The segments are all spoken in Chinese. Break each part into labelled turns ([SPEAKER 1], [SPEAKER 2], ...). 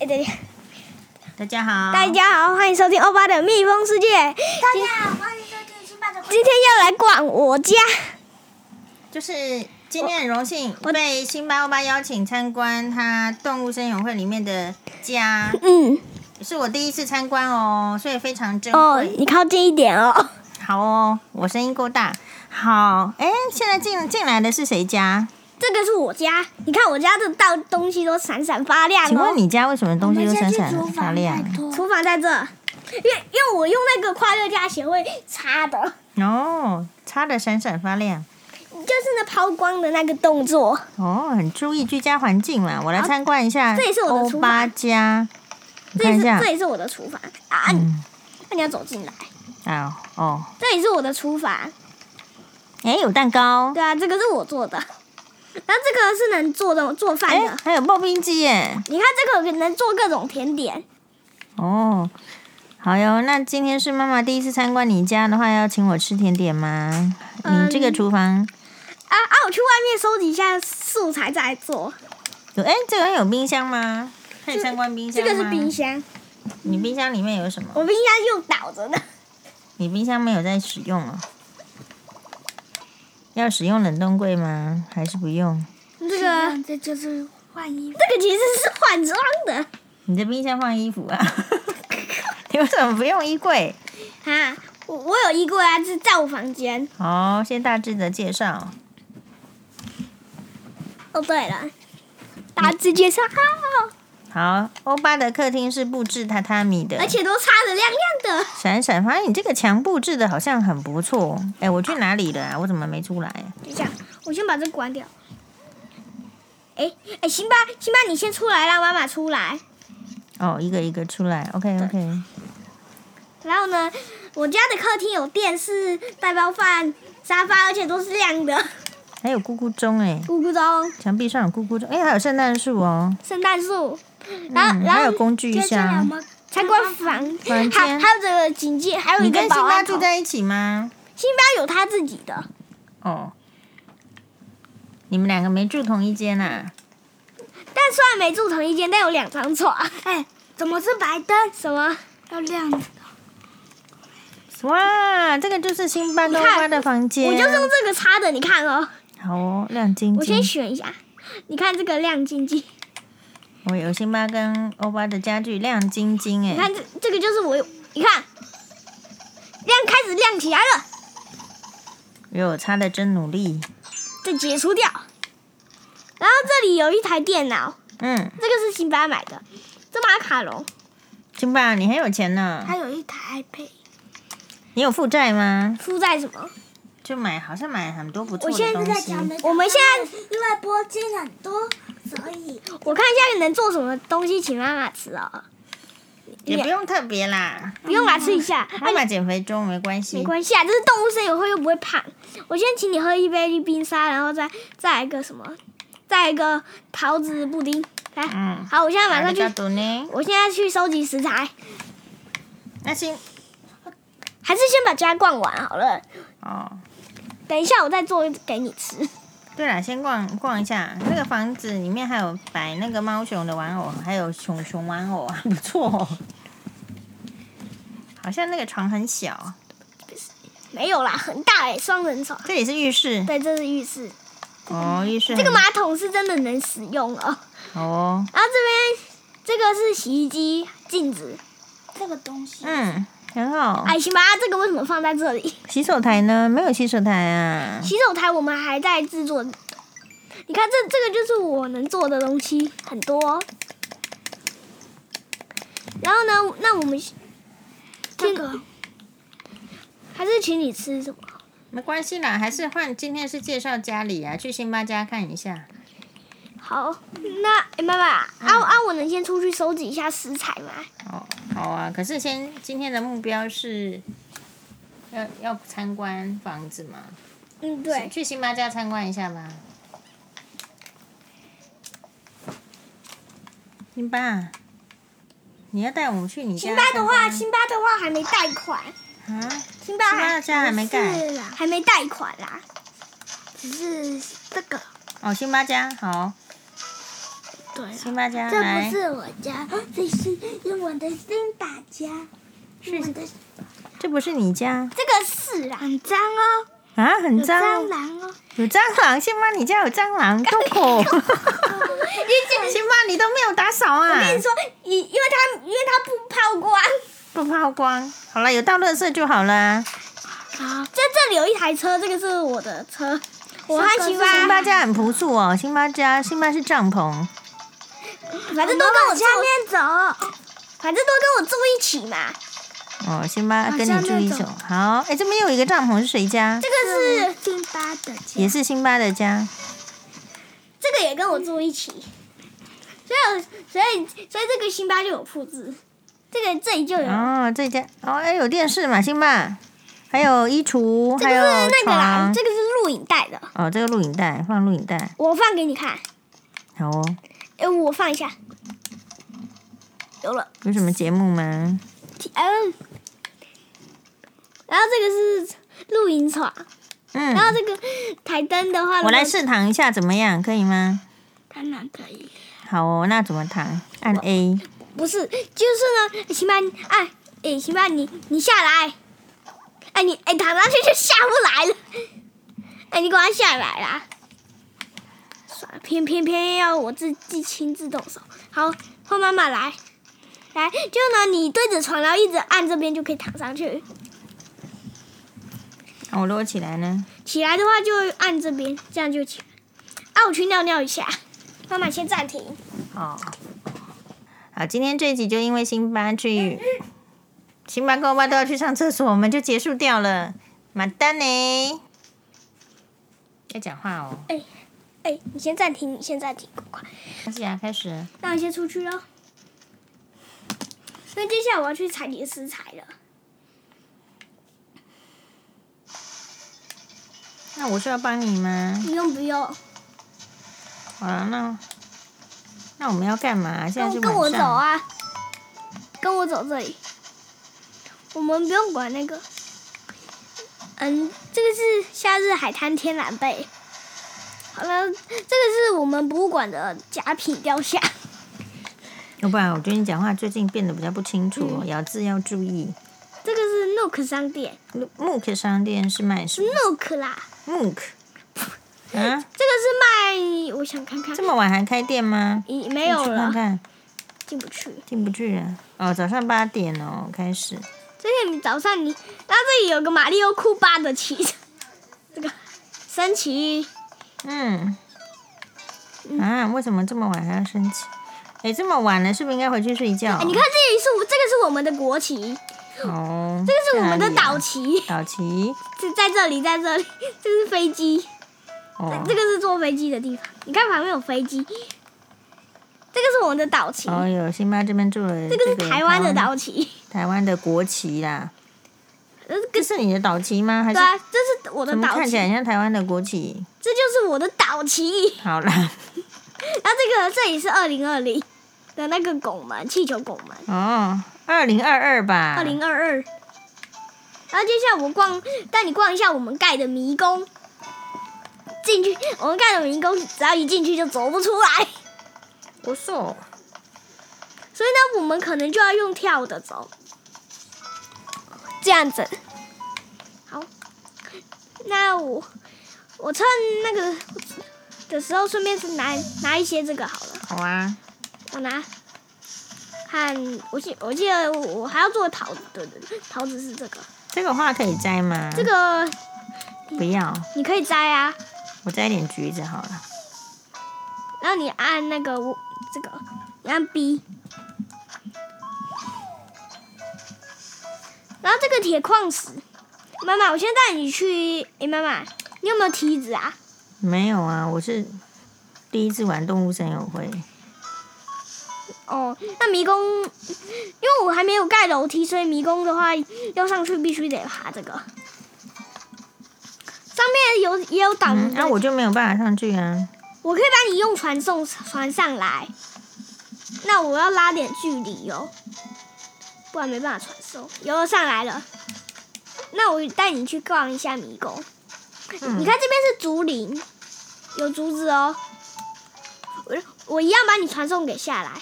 [SPEAKER 1] 大家
[SPEAKER 2] 大家好，
[SPEAKER 1] 大家好，欢迎收听欧巴的蜜蜂世界。
[SPEAKER 3] 大家好，欢迎收听新版的
[SPEAKER 1] 今天要来逛我家，
[SPEAKER 2] 就是今天很荣幸被辛巴欧巴邀请参观他动物森友会里面的 家，
[SPEAKER 1] 嗯，
[SPEAKER 2] 是我第一次参观哦，所以非常珍
[SPEAKER 1] 哦，
[SPEAKER 2] 贵。
[SPEAKER 1] 你靠近一点哦。
[SPEAKER 2] 好哦，我声音够大。好，哎，现在进进来的是谁家？
[SPEAKER 1] 这个是我家，你看我家这到东西都闪闪发亮
[SPEAKER 2] 请
[SPEAKER 1] 哦
[SPEAKER 2] 问。你家为什么东西都闪闪
[SPEAKER 3] 我们先去厨
[SPEAKER 2] 发
[SPEAKER 3] 房
[SPEAKER 2] 亮？
[SPEAKER 3] 拜托
[SPEAKER 1] 厨房在这，因为因为我用那个跨越家协会擦的，
[SPEAKER 2] 哦，擦的闪闪发亮。
[SPEAKER 1] 就是那抛光的那个动作。
[SPEAKER 2] 哦，很注意居家环境嘛。我来参观一下，
[SPEAKER 1] 哦这也是我的厨
[SPEAKER 2] 欧巴
[SPEAKER 1] 房
[SPEAKER 2] 家。你
[SPEAKER 1] 这
[SPEAKER 2] 看
[SPEAKER 1] 里
[SPEAKER 2] 一
[SPEAKER 1] 是
[SPEAKER 2] 下
[SPEAKER 1] 这，里是我的厨房啊，那、
[SPEAKER 2] 嗯，
[SPEAKER 1] 你要走进来，
[SPEAKER 2] 啊哦，
[SPEAKER 1] 这里是我的厨房。
[SPEAKER 2] 哎，有蛋糕，
[SPEAKER 1] 对啊，这个是我做的，然后这个是能做的做饭
[SPEAKER 2] 哎
[SPEAKER 1] 的。，
[SPEAKER 2] 还有刨冰机耶。
[SPEAKER 1] 你看这个能做各种甜点，
[SPEAKER 2] 哦，好哟。那今天是妈妈第一次参观你家的话，要请我吃甜点吗？你这个
[SPEAKER 1] 嗯
[SPEAKER 2] 厨房
[SPEAKER 1] 啊啊！我去外面收集一下素材再来做。
[SPEAKER 2] 有哎，这个有冰箱吗？可以参观冰
[SPEAKER 1] 这
[SPEAKER 2] 箱
[SPEAKER 1] 个是
[SPEAKER 2] 吗
[SPEAKER 1] 冰，箱，
[SPEAKER 2] 你冰箱里面有什么？
[SPEAKER 1] 我冰箱用倒着的。
[SPEAKER 2] 你冰箱没有在使用哦。要使用冷冻柜吗？还是不用？
[SPEAKER 1] 这
[SPEAKER 3] 这
[SPEAKER 1] 个
[SPEAKER 3] 个，这就是换衣服。
[SPEAKER 1] 这个其实是换装的
[SPEAKER 2] 你的冰箱放衣服 啊？你为什么不用衣柜？
[SPEAKER 1] 啊！我我有衣柜啊，是在我房间。
[SPEAKER 2] 好，先大致的介绍。
[SPEAKER 1] 哦，对了，大致介绍，
[SPEAKER 2] 好，欧巴的客厅是布置榻榻米的，
[SPEAKER 1] 而且都擦的亮亮的。
[SPEAKER 2] 闪闪发现你这个墙布置的好像很不错。哎，我去哪里了啊？我怎么没出来？
[SPEAKER 1] 就这样，我先把这关掉。哎哎，辛巴，辛巴，你先出来，让妈妈出来。
[SPEAKER 2] 哦，一个一个出来。OK OK。
[SPEAKER 1] 然后呢，我家的客厅有电视、蛋包饭、沙发，而且都是亮的。
[SPEAKER 2] 还有咕咕钟哎，
[SPEAKER 1] 咕咕钟、
[SPEAKER 2] 墙壁上有咕咕钟，哎，还有圣诞树哦，
[SPEAKER 1] 圣诞树，然后、
[SPEAKER 2] 嗯，还
[SPEAKER 1] 然
[SPEAKER 2] 有
[SPEAKER 1] 后
[SPEAKER 2] 工具
[SPEAKER 3] 接下来我
[SPEAKER 2] 箱。
[SPEAKER 3] 们
[SPEAKER 1] 参观房，
[SPEAKER 2] 房
[SPEAKER 1] 还
[SPEAKER 2] 间
[SPEAKER 1] 还有这个警戒，还有一
[SPEAKER 2] 你
[SPEAKER 1] 个
[SPEAKER 2] 跟辛
[SPEAKER 1] 保
[SPEAKER 2] 巴
[SPEAKER 1] 安
[SPEAKER 2] 住
[SPEAKER 1] 头。
[SPEAKER 2] 在一起吗？
[SPEAKER 1] 辛巴有他自己的，
[SPEAKER 2] 哦，你们两个没住同一间啊？
[SPEAKER 1] 但虽然没住同一间，但有两张床。
[SPEAKER 3] 哎，怎么是白灯？
[SPEAKER 1] 什么？
[SPEAKER 3] 要亮的。
[SPEAKER 2] 哇，这个就是辛巴跟欧巴的房间。
[SPEAKER 1] 我就是用这个擦的，你看哦。
[SPEAKER 3] 嗯
[SPEAKER 2] 好哦，亮晶
[SPEAKER 1] 我先
[SPEAKER 2] 晶。
[SPEAKER 1] 选一下，你看这个亮晶晶，
[SPEAKER 2] 我有辛巴跟欧巴的家具亮晶晶
[SPEAKER 1] 你
[SPEAKER 2] 哎，
[SPEAKER 1] 看这这个就是我，你看亮开始亮起来了，
[SPEAKER 2] 有擦的真努力。
[SPEAKER 1] 再解除掉。然后这里有一台电脑，
[SPEAKER 2] 嗯，
[SPEAKER 1] 这个是辛巴买的，这马卡龙
[SPEAKER 2] 辛巴你很有钱呢，
[SPEAKER 3] 还有一台 iPad，
[SPEAKER 2] 你有负债吗？
[SPEAKER 1] 附在什么？
[SPEAKER 2] 就买好像买很多不错
[SPEAKER 3] 我
[SPEAKER 2] 的
[SPEAKER 3] 现在
[SPEAKER 2] 东
[SPEAKER 3] 在
[SPEAKER 2] 西
[SPEAKER 3] 讲。的。
[SPEAKER 1] 我们现在
[SPEAKER 3] 因为铂金很多，所以
[SPEAKER 1] 我看一下能做什么东西请妈妈吃哦。
[SPEAKER 2] 也不用特别啦，
[SPEAKER 1] 不用啦，吃一下。
[SPEAKER 2] 妈妈减肥中没
[SPEAKER 1] 啊
[SPEAKER 2] 关
[SPEAKER 1] 没
[SPEAKER 2] 系。
[SPEAKER 1] 关系啊，这是动物森友会又不会胖。我先请你喝一杯冰沙，然后再再来一个什么，再来一个桃子布丁。来，
[SPEAKER 2] 嗯
[SPEAKER 1] 好，我现在马
[SPEAKER 2] 哪
[SPEAKER 1] 上
[SPEAKER 2] 个家
[SPEAKER 1] 去，
[SPEAKER 2] 族呢？
[SPEAKER 1] 我现在去收集食材，
[SPEAKER 2] 那辛
[SPEAKER 1] 还是先把家逛完好了。
[SPEAKER 2] 哦，
[SPEAKER 1] 等一下我再做给你吃。
[SPEAKER 2] 对了，先逛逛一下那个房子里面还有摆那个猫熊的玩偶，还有熊熊玩偶，不错、哦。好像那个床很小，
[SPEAKER 1] 没有啦，很大哎、双人床。
[SPEAKER 2] 这里是浴室
[SPEAKER 1] 对，这是浴室，
[SPEAKER 2] 哦，浴室
[SPEAKER 1] 这个
[SPEAKER 2] 很
[SPEAKER 1] 马桶是真的能使用哦。
[SPEAKER 2] 好哦，
[SPEAKER 1] 然后这边这个是洗衣机、镜子。
[SPEAKER 3] 这个东西，
[SPEAKER 2] 嗯，很好。
[SPEAKER 1] 哎，行吧，这个为什么放在这里？
[SPEAKER 2] 洗手台呢？没有洗手台啊。
[SPEAKER 1] 洗手台我们还在制作。你看这这个就是我能做的东西很多哦、然后呢，那我们
[SPEAKER 3] 这个
[SPEAKER 1] 还是请你吃什么？
[SPEAKER 2] 没关系啦，还是换今天是介绍家里啊，去辛巴家看一下。
[SPEAKER 1] 好，那诶妈妈啊啊，我能先出去收集一下食材吗？
[SPEAKER 2] 哦，好啊。可是先今天的目标是要要参观房子嘛？
[SPEAKER 1] 嗯，
[SPEAKER 2] 去。去辛巴家参观一下吧。辛巴，你要带我们去你家
[SPEAKER 1] 辛
[SPEAKER 2] 参
[SPEAKER 1] 巴
[SPEAKER 2] 观？
[SPEAKER 1] 的话，辛巴的话还没贷款，
[SPEAKER 2] 啊，
[SPEAKER 1] 辛巴
[SPEAKER 2] 辛巴
[SPEAKER 1] 还
[SPEAKER 2] 的家还没盖
[SPEAKER 3] 是啦，
[SPEAKER 1] 还没贷款啦。
[SPEAKER 3] 只是这个
[SPEAKER 2] 哦，辛巴家好。
[SPEAKER 1] 对啊，
[SPEAKER 2] 辛巴家
[SPEAKER 3] 这
[SPEAKER 2] 来
[SPEAKER 3] 不，是我家，这是用我的辛巴家，用我的
[SPEAKER 2] 这不是你家
[SPEAKER 1] 这个是啊，
[SPEAKER 3] 很脏哦，
[SPEAKER 2] 啊？很
[SPEAKER 3] 有
[SPEAKER 2] 脏
[SPEAKER 3] 蟑
[SPEAKER 2] 哦，
[SPEAKER 3] 螂哦，
[SPEAKER 2] 有蟑螂，辛巴，你家有蟑螂，痛苦。辛巴，你都没有打扫啊？
[SPEAKER 1] 我跟你说，因因为它因为它不抛光，
[SPEAKER 2] 不抛光。好了，有倒垃圾就好了啊。
[SPEAKER 1] 好，这这里有一台车，这个是我的车，我和辛
[SPEAKER 2] 辛巴
[SPEAKER 1] 巴，
[SPEAKER 2] 家很朴素哦，辛巴家，辛巴是帐篷。
[SPEAKER 1] 反正都跟我
[SPEAKER 3] 往
[SPEAKER 1] 住
[SPEAKER 3] 下，面走，
[SPEAKER 1] 反正都跟我住一起嘛。
[SPEAKER 2] 哦，辛巴跟你住一
[SPEAKER 3] 下
[SPEAKER 2] 宿。
[SPEAKER 3] 面
[SPEAKER 2] 好，哎，这边有一个帐篷是谁家？
[SPEAKER 1] 这个是
[SPEAKER 3] 辛巴的家，
[SPEAKER 2] 也是辛巴的家。
[SPEAKER 1] 这个也跟我住一起，所以所以所以这个辛巴就有复制，这个这里就有，
[SPEAKER 2] 哦，这家哦，哎，有电视嘛，辛巴，还有衣橱，
[SPEAKER 1] 这个
[SPEAKER 2] 还
[SPEAKER 1] 是
[SPEAKER 2] 有
[SPEAKER 1] 那个啦
[SPEAKER 3] 啊
[SPEAKER 2] 床，。
[SPEAKER 1] 这个是录影带的，
[SPEAKER 2] 哦，这个录影带放录影带，
[SPEAKER 1] 我放给你看，
[SPEAKER 2] 好哦。
[SPEAKER 1] 哎，我放一下，有了，
[SPEAKER 2] 有什么节目吗？
[SPEAKER 1] 嗯，然后这个是露营床，
[SPEAKER 2] 嗯
[SPEAKER 1] 然，后这个台灯的话，
[SPEAKER 2] 我来试躺一下，怎么样？可以吗？
[SPEAKER 3] 当然可以。
[SPEAKER 2] 好哦，那怎么躺？按 A。
[SPEAKER 1] 不是，就是呢，辛巴，哎，哎，辛巴，你你下来，哎，你哎躺上去就下不来了，哎，你给我下来啦！算了，偏偏偏要我自己亲自动手。好，换妈妈来，来，就呢，你对着床，然后一直按这边就可以躺上去。
[SPEAKER 2] 那我如果起来呢？
[SPEAKER 1] 起来的话就按这边，这样就起来。啊，我去尿尿一下，妈妈先暂停。
[SPEAKER 2] 哦，好，今天这一集就因为辛巴去，辛巴跟欧巴都要去上厕所，我们就结束掉了。马丹呢？要讲话哦。
[SPEAKER 1] 哎，你先暂停，你先暂停，快快。
[SPEAKER 2] 开始啊，开始。
[SPEAKER 1] 那我先出去喽。那接下来我要去采集食材了。
[SPEAKER 2] 那我是要帮你吗？
[SPEAKER 1] 不用不用，
[SPEAKER 2] 好了，那那我们要干嘛？现在是
[SPEAKER 1] 跟跟我
[SPEAKER 2] 晚
[SPEAKER 1] 走
[SPEAKER 2] 上。
[SPEAKER 1] 啊，跟我走这里。我们不用管那个。嗯，这个是夏日海滩天然贝。好了，这个是我们博物馆的假品雕像。
[SPEAKER 2] 哦要不然我觉得你讲话最近变得比较不清楚哦，
[SPEAKER 1] 嗯
[SPEAKER 2] 咬字要注意。
[SPEAKER 1] 这个是 Nook 商店
[SPEAKER 2] Mook 商店是卖什么
[SPEAKER 1] ，Nook 啦，
[SPEAKER 2] ？Mook 啊，
[SPEAKER 1] 这个是卖，我想看看
[SPEAKER 2] 这，么晚还开店吗？
[SPEAKER 1] 咦，没有
[SPEAKER 2] 你去看
[SPEAKER 1] 了，
[SPEAKER 2] 看
[SPEAKER 1] 进不去。
[SPEAKER 2] 进不去了。哦，早上八点哦开始。
[SPEAKER 1] 这天早上你，然后这里有个马里奥库巴的旗，这个升旗，
[SPEAKER 2] 嗯。
[SPEAKER 1] 嗯
[SPEAKER 2] 啊，为什么这么晚还要升旗？哎，这么晚了，是不是应该回去睡觉？
[SPEAKER 1] 哎，你看这里是我这个是我们的国旗，
[SPEAKER 2] 哦，
[SPEAKER 1] 这个是我们的
[SPEAKER 2] 在哪
[SPEAKER 1] 岛
[SPEAKER 2] 里啊
[SPEAKER 1] 旗，
[SPEAKER 2] 岛旗。
[SPEAKER 1] 这在这里，在这里，这个是飞机，
[SPEAKER 2] 哦
[SPEAKER 1] 这个是坐飞机的地方，你看旁边有飞机，这个是我们的岛旗，
[SPEAKER 2] 哦，有辛巴这边住了。
[SPEAKER 1] 这个是台湾的岛旗，
[SPEAKER 2] 台湾的国旗啦，
[SPEAKER 1] 呃这
[SPEAKER 2] 这
[SPEAKER 1] 个
[SPEAKER 2] 是你的岛旗吗？还
[SPEAKER 1] 对
[SPEAKER 2] 是
[SPEAKER 1] 啊，这是我的
[SPEAKER 2] 怎么
[SPEAKER 1] 岛
[SPEAKER 2] 看
[SPEAKER 1] 旗
[SPEAKER 2] 起，来像台湾的国旗？
[SPEAKER 1] 这就是我的岛旗。
[SPEAKER 2] 好啦，
[SPEAKER 1] 然后这个这里是二零二零的那个拱门，气球拱门，
[SPEAKER 2] 哦，二零二二吧，
[SPEAKER 1] 二零二二。然后接下来我逛，带你逛一下我们盖的迷宫。进去，我们盖的迷宫只要一进去就走不出来，
[SPEAKER 2] 不错，
[SPEAKER 1] 所以呢，我们可能就要用跳的走，这样子。好，那我我趁那个的时候，顺便是拿拿一些这个好了。
[SPEAKER 2] 好啊，
[SPEAKER 1] 我拿，看，我记我记得我还要做桃子，对对对，桃子是这个，
[SPEAKER 2] 这个花可以摘吗？
[SPEAKER 1] 这个
[SPEAKER 2] 不要，
[SPEAKER 1] 你可以摘啊，
[SPEAKER 2] 我摘一点橘子好了。
[SPEAKER 1] 然后你按那个我这个，你按 B，然后这个铁矿石，妈妈，我先带你去，诶，妈妈，你有没有梯子啊？
[SPEAKER 2] 没有啊，我是第一次玩动物森友会，
[SPEAKER 1] 哦，那迷宫，因为我还没有盖楼梯，所以迷宫的话要上去必须得爬这个。上面有也有挡，
[SPEAKER 2] 嗯，那、我就没有办法上去啊。
[SPEAKER 1] 我可以把你用船送船上来。那我要拉点距离哦，不然没办法传送。游上来了，那我带你去逛一下迷宫。
[SPEAKER 2] 嗯
[SPEAKER 1] 你看这边是竹林，有竹子哦。我我一样把你传送给下来。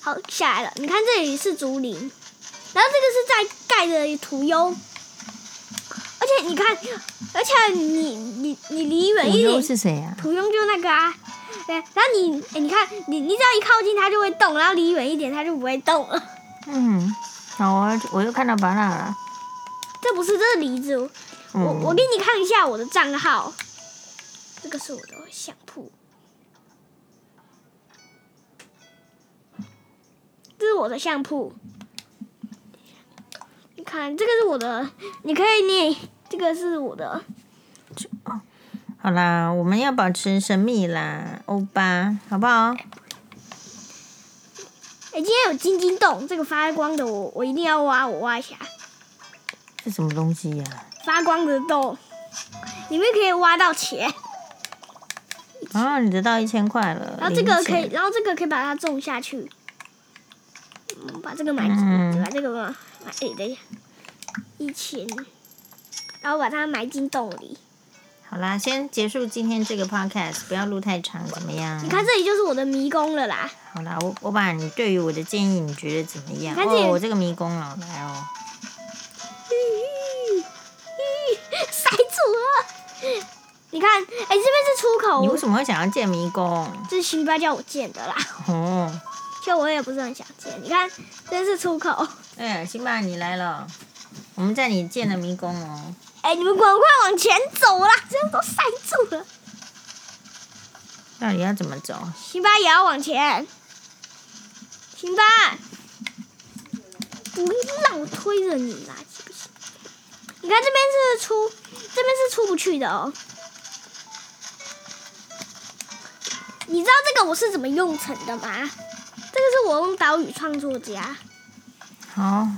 [SPEAKER 1] 好，下来了。你看这里是竹林，然后这个是在盖的土优，而且你看，而且你你你离远一点，
[SPEAKER 2] 是谁呀、
[SPEAKER 1] 土庸就那个啊，对，然后你哎你看你你只要一靠近它就会动，然后离远一点它就不会动了。
[SPEAKER 2] 嗯，好啊，我又看到巴拉了。
[SPEAKER 1] 这不是这是梨子，我、
[SPEAKER 2] 嗯
[SPEAKER 1] 我给你看一下我的账号，这个是我的相簿，这是我的相簿。你看，这个是我的，你可以念，这个是我的，
[SPEAKER 2] 好啦，我们要保持神秘啦，欧巴，好不好？
[SPEAKER 1] 哎，今天有金金洞，这个发光的我我一定要挖，我挖一下
[SPEAKER 2] 这什么东西呀、
[SPEAKER 1] 发光的洞，里面可以挖到钱，
[SPEAKER 2] 啊？你得到一千块了。
[SPEAKER 1] 然后这个
[SPEAKER 2] 零
[SPEAKER 1] 可
[SPEAKER 2] 钱
[SPEAKER 1] 以，然后这个可以把它种下去，嗯，把这个买进，
[SPEAKER 2] 嗯
[SPEAKER 1] 把这个买，买哎等一下，一千，然后把它埋进洞里。
[SPEAKER 2] 好啦，先结束今天这个 podcast，不要录太长，怎么样？
[SPEAKER 1] 你看，这里就是我的迷宫了啦，
[SPEAKER 2] 好啦，我我把你对于我的建议，你觉得怎么样？
[SPEAKER 1] 你看这
[SPEAKER 2] 哦，我这个迷宫老来哦，
[SPEAKER 1] 塞住了。你看，哎，这边是出口，
[SPEAKER 2] 你为什么会想要建迷宫？
[SPEAKER 1] 这是辛巴叫我建的啦，
[SPEAKER 2] 哦，
[SPEAKER 1] 其实我也不是很想建。你看，这是出口，
[SPEAKER 2] 哎，辛巴你来了，我们在你建的迷宫哦。
[SPEAKER 1] 哎，你们赶快往前走啦，这样都塞住了。
[SPEAKER 2] 到底要怎么走？
[SPEAKER 1] 辛巴也要往前。辛巴，不让我推着你啦，行不行？你看这边是出，这边是出不去的哦。你知道这个我是怎么用成的吗？这个是我用岛屿创作家，
[SPEAKER 2] 好，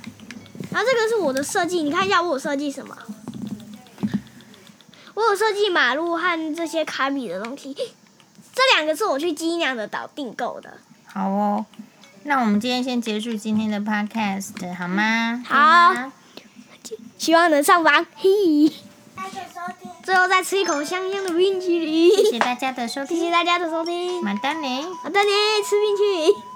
[SPEAKER 1] 然后这个是我的设计，你看一下我有设计什么？我有设计马路和这些卡比的东西，这两个是我去鸡娘的岛订购的。
[SPEAKER 2] 好哦。那我们今天先结束今天的 podcast 好吗？
[SPEAKER 1] 好
[SPEAKER 2] 可以吗
[SPEAKER 1] 希望能上榜。嘿，
[SPEAKER 3] 大家收听。
[SPEAKER 1] 最后再吃一口香香的冰淇淋。
[SPEAKER 2] 谢谢大家的收
[SPEAKER 1] 谢
[SPEAKER 2] 听，
[SPEAKER 1] 谢大家的收听，
[SPEAKER 2] 马丹尼。
[SPEAKER 1] 好的呢，吃冰淇淋。